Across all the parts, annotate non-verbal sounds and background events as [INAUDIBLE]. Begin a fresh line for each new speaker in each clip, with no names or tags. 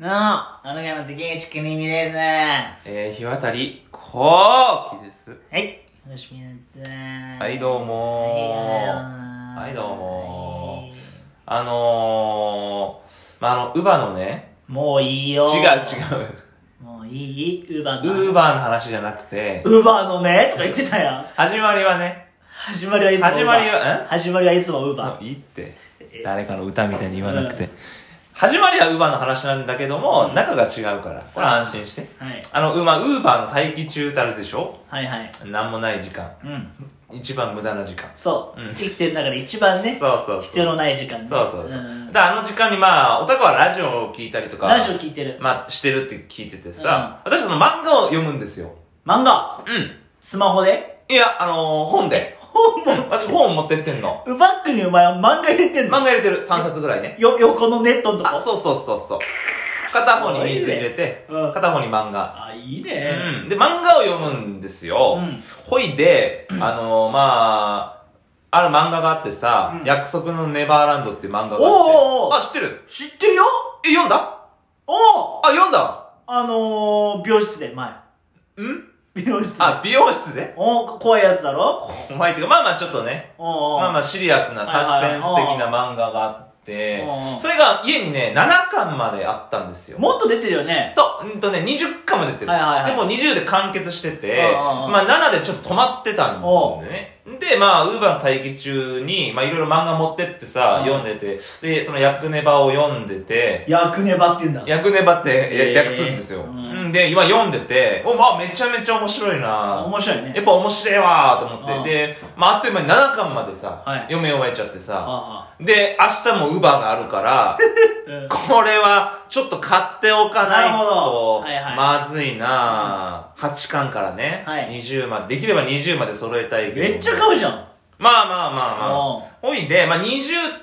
どうも、あのがの竹内くにみです。は
えー、日渡り、こうきです。
い。おやすみなさい。
はい、どうもー。
は
はいい、
ど
ど
うも
うもー。あのー、まあ、あの、ウバのね、
もういいよ。
違う違う。
う。もういいウーバー
ウー
の。
バーの話じゃなくて、
ウーバーのねとか言ってたやん。
始まりはね、
始まりはいつも Uber。
始まりはん
始まりはいつもウー
そ
バ
ういいって、誰かの歌みたいに言わなくて。始まりはウーバーの話なんだけども、中が違うから、これは安心して。
ー。はい。
あの、ウーバー、ウーバーの待機中たるでしょ
はいはい。
なんもない時間。
うん。
一番無駄な時間。
そう。
うん
生きてる中で一番ね、
そうそうそう。
必要のない時間ね
そうそうそう。
ん
だからあの時間にまあ、オタクはラジオを聞いたりとか、
ラジオ聞いてる。
まあ、してるって聞いててさ、私その漫画を読むんですよ。
漫画
うん。
スマホで
いや、あのー、本で。
本も、
私本持ってってんの。
ウバックにお前は漫画入れてん
漫画
の
入れてる。3冊ぐらいね。
よ、横のネットのとこ。
あ、そうそうそうそう。片方に水入れて、
すごいねうん
片方に漫画。
あ、いいうね。
ん。で、漫画を読むんですよ。
うん
ほいで、あのー、まあ、ある漫画があってさ、
うん
約束のネバーランドって漫画があって。
おー
あ、知ってる
知ってるよ
え、読んだ
おう
あ、読んだ
あのー、美容室で、前。
ん
美容室で。
あ、美容室で
おう怖いやつだろ
お前ってか、まあまあちょっとね、
おうおう
まあまあシリアスなサスペンス
はいはい
的な漫画があって
うんうん、
それが家にね、7巻まであったんですよ。
もっと出てるよね。
そう、うんとね、20巻まで出てる。
はいはいはい
でも20で完結してて
うんうんう、ん
まあ7でちょっと止まってたん
お
でね。で、まあ、ウーバーの待機中に、まあいろいろ漫画持ってってさ、
うん
読んでて、で、そのヤクネバを読んでて、
役ネバって言うんだ。
ヤクネバって
へー
え略すんですよ。
うん
うんで、今読んでて、お、まあめちゃめちゃ面白いな
面白いね。
やっぱ面白いわーと思って、
うん
で、まあ、あっという間に7巻までさ、
はい
読め終えちゃってさ、
あ
で、明日もウーバーがある
[LAUGHS]
から、
あうん
これはちょっと買っておかない
なるほど
と
はいはい、
まずいなー、8巻からね、
はい
20まで、できれば20まで揃えたいけど。
めっちゃ買うじゃん。
まあまあまあまあ。
おう
ほいで、まあ20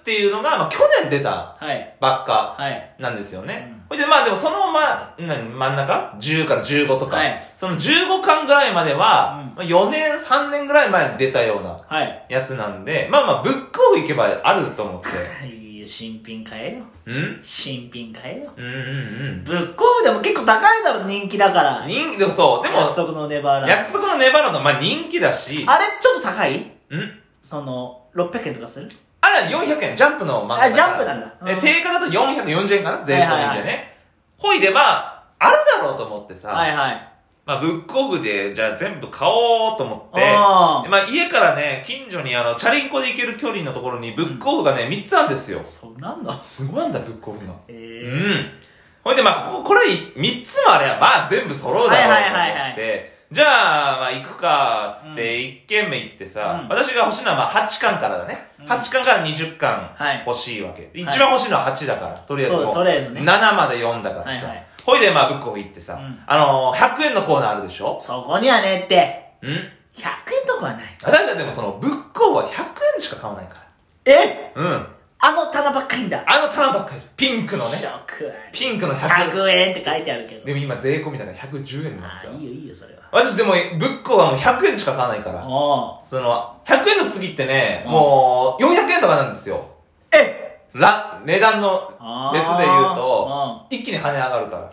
っていうのが、まあ去年出た
はい。
ばっか
はい。
なんですよね
うん。
ほいで、まあでもその、ま、な真ん中 ?10 から15とか、
はい
その15巻ぐらいまでは、まあ4年、3年ぐらい前に出たような
はい。
やつなんで、まあまあ、ブックオフ行けばあると
[LAUGHS]
思って。
いいよ新品買えよ。
うんうん
新品買えよ。
うんうん。
ブックオフでも結構高いだろ、人気だから。
人気、でもそう、でも、
約束のネバーランド。
約束のネバランド、まあ人気だし、
あれ、ちょっと高い
うん
その、600円とかする
あれは400円、ジャンプの漫画だから。
あジャンプなんだうん
え、定価だと440円かな税
はいは
込
い
み
は
でね。ほいで、まあ、あるだろうと思ってさ、
はいはい。
まあ、ブックオフで、じゃあ全部買おうと思って、
あ
でまあ、家からね、近所にあの、チャリンコで行ける距離のところにブックオフがね、3つあるんですよ
あ。。そうなんだ。
すごいんだ、ブックオフが。
え
う
ー
ん。ほいで、まあ、ここ、これ、3つもあれば、まあ、全部揃うだろうと思って、
はいはいはい
じゃあ、まあ、行くか、つって、1軒目行ってさ、
うん
私が欲しいのは、まあ、8巻からだね。
うん
8巻から20巻
はい
欲しいわけ。一番欲しいのは8だから、とりあえず
そう、
も
と
う、
りあえずね。
7まで読んだからさ。
はいはい
ほいで、まあ、ブックオフ行ってさ、
うん
あのー、100円のコーナーあるでしょ
そこにはねって、
うん
100円とかはない。
私はでもその、ブックオフは100円しか買わないか
え
ら。うん。
あの棚ばっかりんだ。
あの棚ばっかり。ピンクの
シ
ね。
ョックある
ピンクの100
100円って書いてあるけど。
でも今税込みだから110円なん
あ
ですよ
あ、い。いよいいよ、それは。
私でも、ブックオフはもう100円しか買わないから。
おう
その、100円の次ってね、
うん
もう、400円とかなんですよ。
え
ら、値段の
あー
列で言うと
う、
一気に跳ね上がるか
!100 円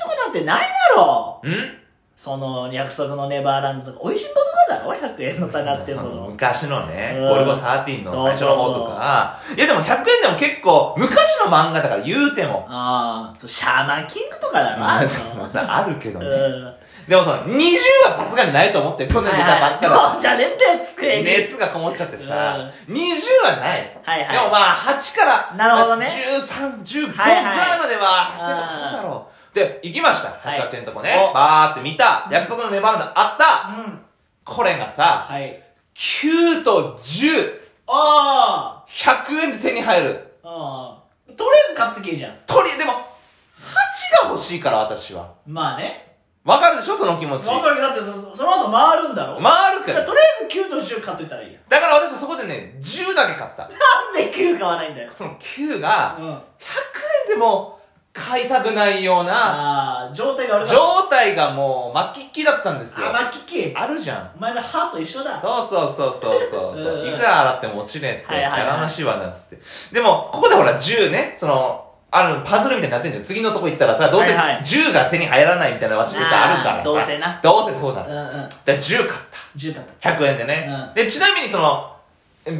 とかなんてないだろ
ら。ん
その、約束のネバーランドとか、美味しんぼとかだろ ?100 円の棚ってそ
[LAUGHS] その
の。
昔のね、
うん
ゴルゴ13の最初の方とか、いやでも100円でも結構、昔の漫画だから言うても、
ああ、そう、シャーマンキングとかだろ
[LAUGHS] ま
あ
あ、
の
そのさあるけど
う
ね。
ん。
でもその、20はさすがにないと思って、去年出たばっかだから
そうじゃねえんだよ、机に。
熱がこもっちゃってさ、20はない。
はいはい
でもまあ、8から、
なるほどね
13、15ぐ
はいはい
らいまで
あー
は、どうだろう。で、行きました。
はい
博士のとこ
お
ね。バーって見た。約束のネバーランドあった。
うん。
これがさ、
はい。
9と10、
ああ
100円で手に入る。
うん。とりあえず買ってけじゃん。
とりあえず、でも、8が欲しいから、私は。
まあね。
わかるでしょその気持ち。
わかるだってそそその後回るんだろ。
回る
じ
か
ゃあ
ら。
とりあえず9と10買っといたらいいや。
だから私はそこでね、10だけ買った。
なんで9買わないんだよ。
その9
う
が、
ん。あ
100円でも買いたくないような、
あー、状態が悪かっ
状態がもう巻きっきだったんです
た。
よ
あ、。巻きき。
あるじゃん。
お前の歯と一緒だ。
そうそうそうそうそうそうう。
ん
いくら洗っても落ちねえって。
はいはいはい
やらましいわなっつって。でも、ここでほら、10ね、その、あの、パズルみたいになってんじゃん。次のとこ行ったらさ、どうせ
はいはい
銃が手に入らないみたいな街絶対あるから
あ
さ。
ーどうせな
どうせそうだ。
う
だか
んうん
ら銃買っ。
10だった
100円でね。
うん
で、ちなみにその、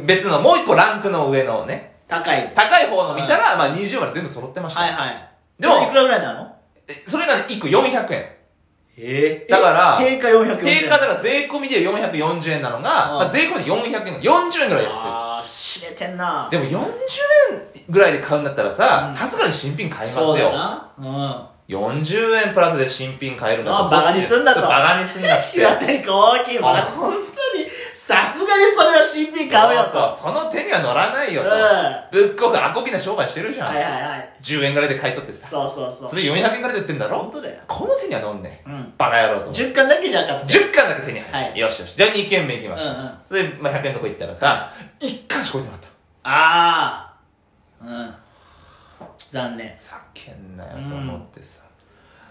別の、もう一個ランクの上のね、
た高い
高い方の見たら、まあ20まで全部揃ってました。
はいはい
でも
それいくらぐらいなの
えそれがね、1個400円。
え
だから
定価440円
定価だから税込みで440円なのが、
うん
まあ、税込みで400円ぐらい、40円ぐらい安い。
ああ知れてんな
でも40円ぐらいで買うんだったら
う
さ
ん、
さすがに新品買います
そうだよ
よ。
なうん
40円プラスで新品買えるんだ
あバカにすんなと
バカに
[LAUGHS]
すんなって。
岩谷高級も
あ
本当にさすがにそれは新品買うよと
そうそうその手には乗らないよ
うん
と。
は
ブックオフ、アコギな商売してるじ
い
ゃん。
はいはい
10円ぐらいで買い取ってさ。
そうそうそう
それ400円ぐらいで売ってんだ
本
ろ
当だよ
この手には乗んね
うん
ん。バカ野郎と。
10巻だけじゃなかった
10巻だけ手に入る。
はい
よしよし。じゃあ2軒目行きましょう。
うんうん
それで、まあ、100円のとこ行ったらさ、1巻しか置いてなかった。
ああうん残念
叫んなよと思ってさ。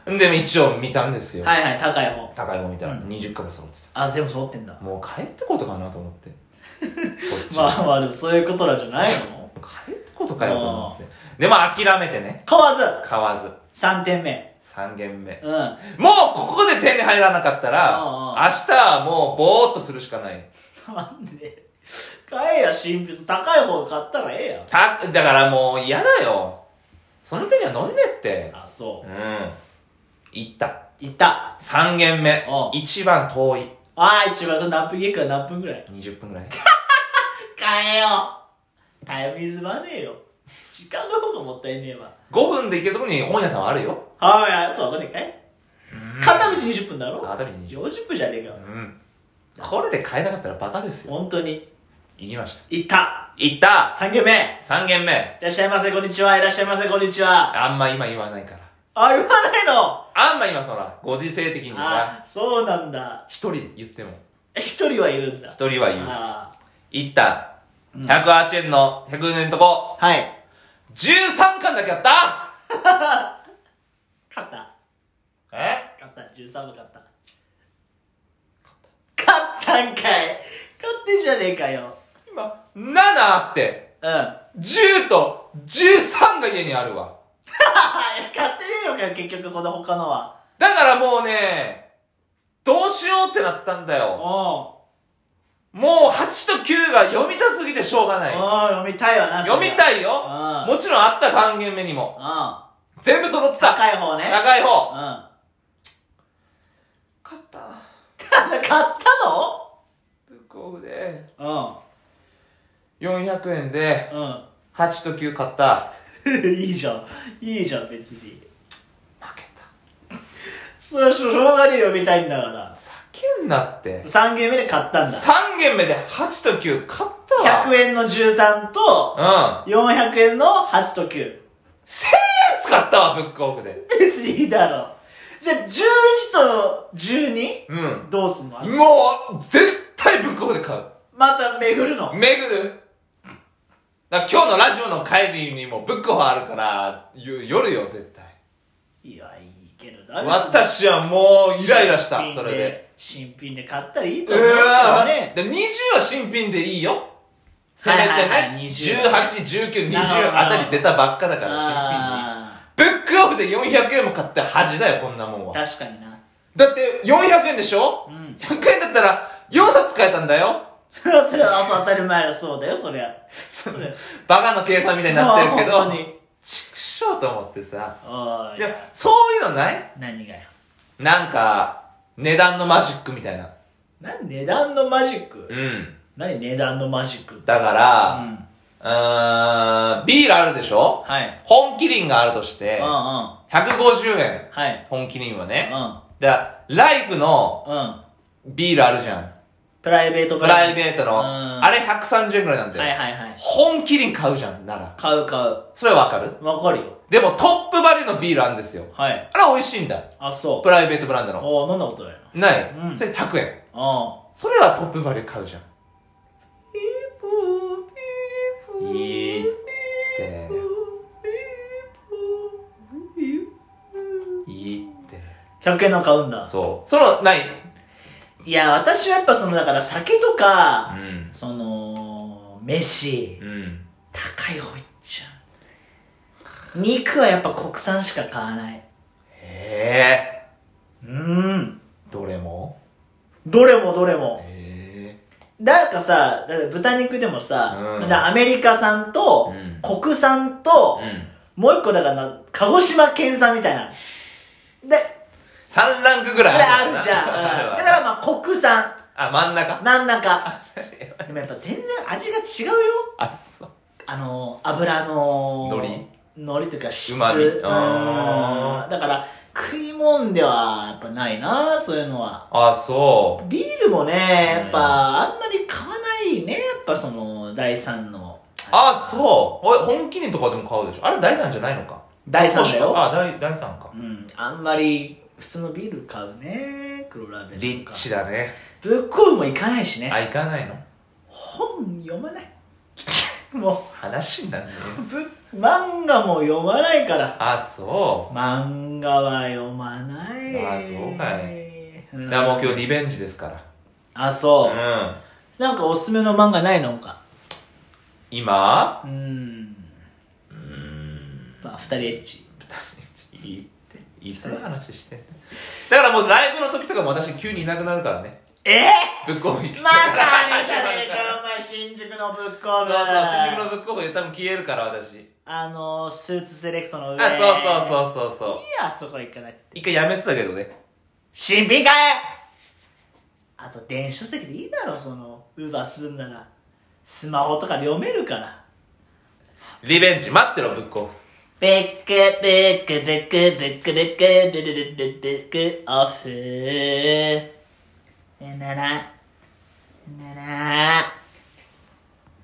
で、一応見たんですよ。
はいはい高い方
高いもん見たら
うん
20巻が揃ってた。
あ全部揃ってんだ
もう帰ってことかなと
[LAUGHS]
思って。こっち
まあまあでもそういうことなんじゃないの
帰ってことかよと思って。でも諦めてね。
買わず
買わず。
3点目
3軒目。
うんあ
もうここで手に入らなかったら、
うんうん
明日はもうぼーっとするしかない。
なんで買えや新品高い方買ったらええや
た、だからもう嫌だよ。その手には飲んでって。。
あそううん
行った。
行った
3軒目
うん。
一番遠い。
ああ一番それ何分家から何分ぐらい
20分ぐらい。
買えよ買え水まねえよ時間の方がもったいねえわ
5分で行けるとこに本屋さんはあるよ。
はいそうこでかい片道20分だろ
片道20分
40分じゃねえか
うん。これで買えなかったらバカですよ。
本当に
行きました。
行った
行った
3軒目
!3 軒目。
いらっしゃいませこんにちはいらっしゃいませこんにちは
あんま今言わないから。
あ言わないの
あんま今そら、ご時世的にさ、
あそうなんだ
一人言っても、
一人はいるんだ
一人は言う。
あ
行った。
うん
108円の100円のとこ、
ーはい
13巻だけやった
勝った
え
勝った13分勝った勝ったんかい勝ってんじゃねえかよ
今、7あって、
うんいや
10と13が家にあるわ。
勝ってねえのかよ結局その他のは
だからもうね、どうしようってなったんだよ。
お
もう8と9が読みたすぎてしょうが
う
ない。
おう読みたいわな
読み
い
たいよ。
うんうん
もちろんあった3軒目にも。全部揃ってた。
高い方ね
高い
うん
方。
勝
勝っ
っ
た。
た
ブックオフで。
の
400円で、
う
8と9買った。
んうん [LAUGHS] いいじゃんいいじゃん別に
負け
それはしょうがねえ読みたいんだから
た。叫んなって。
3軒目で買ったんだ
3軒目で8と9買ったわ。
100円の13と
うん。
400円の8と9
1000円使ったわ、ブックオフで。
別にいいだろうじゃあ11と 12?
うん。
どうすんの
もう、絶対ブックオフで買う。
また巡るの
巡る。だから今日のラジオの帰りにもブックオフあるから、よ夜よ、絶対。
いやいいけどだ
私はもうイライラした
新品、
それで。
新品で買ったらいいうと思うけど
わ
ね
で20は新品でいいよ。せめて
はいはいはい
ね、
20
18、19、20
なるほど
あたり出たばっかだから新品に。
あ
ブックオフで400円も買って恥だよ、こんなもん
ー
は。
確かにな
だって400円でしょ
うん [LAUGHS]
?100 円だったら4冊買えたんだよ。
それはそれは朝当たり前だそうだよそりゃそりゃ
バカの計算みたいになってるけ
まあ本当
ど
に、
ちくしょうと思ってさ。
おい
いや、そういうのない
何がよ
なんか、値段のマジックみたいな。
何値段のマジック
うん。
何値段のマジックって
だか
う
ら、
ん
うーん、ビールあるでしょ
はい
本キリンがあるとし
うん
て
うん、は
150円。
い
本キリンは
う
ね。
ん
だライフの
うん
ビールあるじゃん。
プライベート
プライ
ー
ベート
う
の。
ん
あれ130円くらいなん
はい
だよ。
はいはい
本キリン買うじゃん、なら。
買う買う
それはわかる
わかるよ
でもトップバリューのビールあるんですよ。
はい
あれ美味しいんだ。
あそ
プライベートブランド
う
の。
おお飲んだことないな
ない。
うん
それ100円。
あ
それはトップバリュー買うじゃん。
ピープーピープー
いいって。いいって。
100円の買うんだ
そう。その、ない。
いや私はやっぱそのだから酒とか
うん。
その飯
うん。
高い方いっちゃ肉はやっぱ国産しか買わない。
え
うーん。
ー、どれも
どれもどれも。
え
なんかさ、だから豚肉でもさ、
うん
だからアメリカ産と、国産と、
うん
もう一個だからな、鹿児島県産みたいな。で、
3ランクぐらい
あ
の
る
か
じゃん。
[LAUGHS] な
うんだからまあ国産、
あ真ん中
真ん中。でもやっぱ全然味が違うよ。
あそう
あの、油の。
海
海苔というか質。
うまみ
うん。だ
あ
から、食い物ではやっぱないな、そういうのは。
あそ
ビールもね、やっぱ、あんまり買わないね、やっぱその、第三の。
うあそうおい本気にとかでも買うでしょあれ第3じゃないのか
第三だよ。
あ第第3か
うん。あんまり、普通のビール買うね、黒ラベルとか。
リッチだね
ブックオフも行かないしね。
あ行かないの
本読まない。 [LAUGHS] も
話になんね
う、ぶ漫画も読まないから。
あそ
漫画は読まない。
あそうか
う
うんだからもう今日リベンジですから
あ、そうう。
ん
なんかおすすめの漫画ないのか。
今
うん。
うーん
まあ、二人エッチ。
いいっていいその話してんだからもうライブの時とかも私急にいなくなるからね
ええ
ぶっこう行き
またあれじゃねえ
そう
か、お前、新宿のブックオ
そう
フ。
新宿のぶっこうで多分消えるから私
あの、スーツセレクトの上。
あそうそうそうそうそ
い
う
や、あそこ行かない。
一回やめてたけどね
新品買えあと、電子書籍でいいだろ、その、ウーバーすんなら。スマホとかで読めるから。
リベンジ待ってろぶっこう
ベックベックベックベックベックベックベックベックオフ。なら、なら。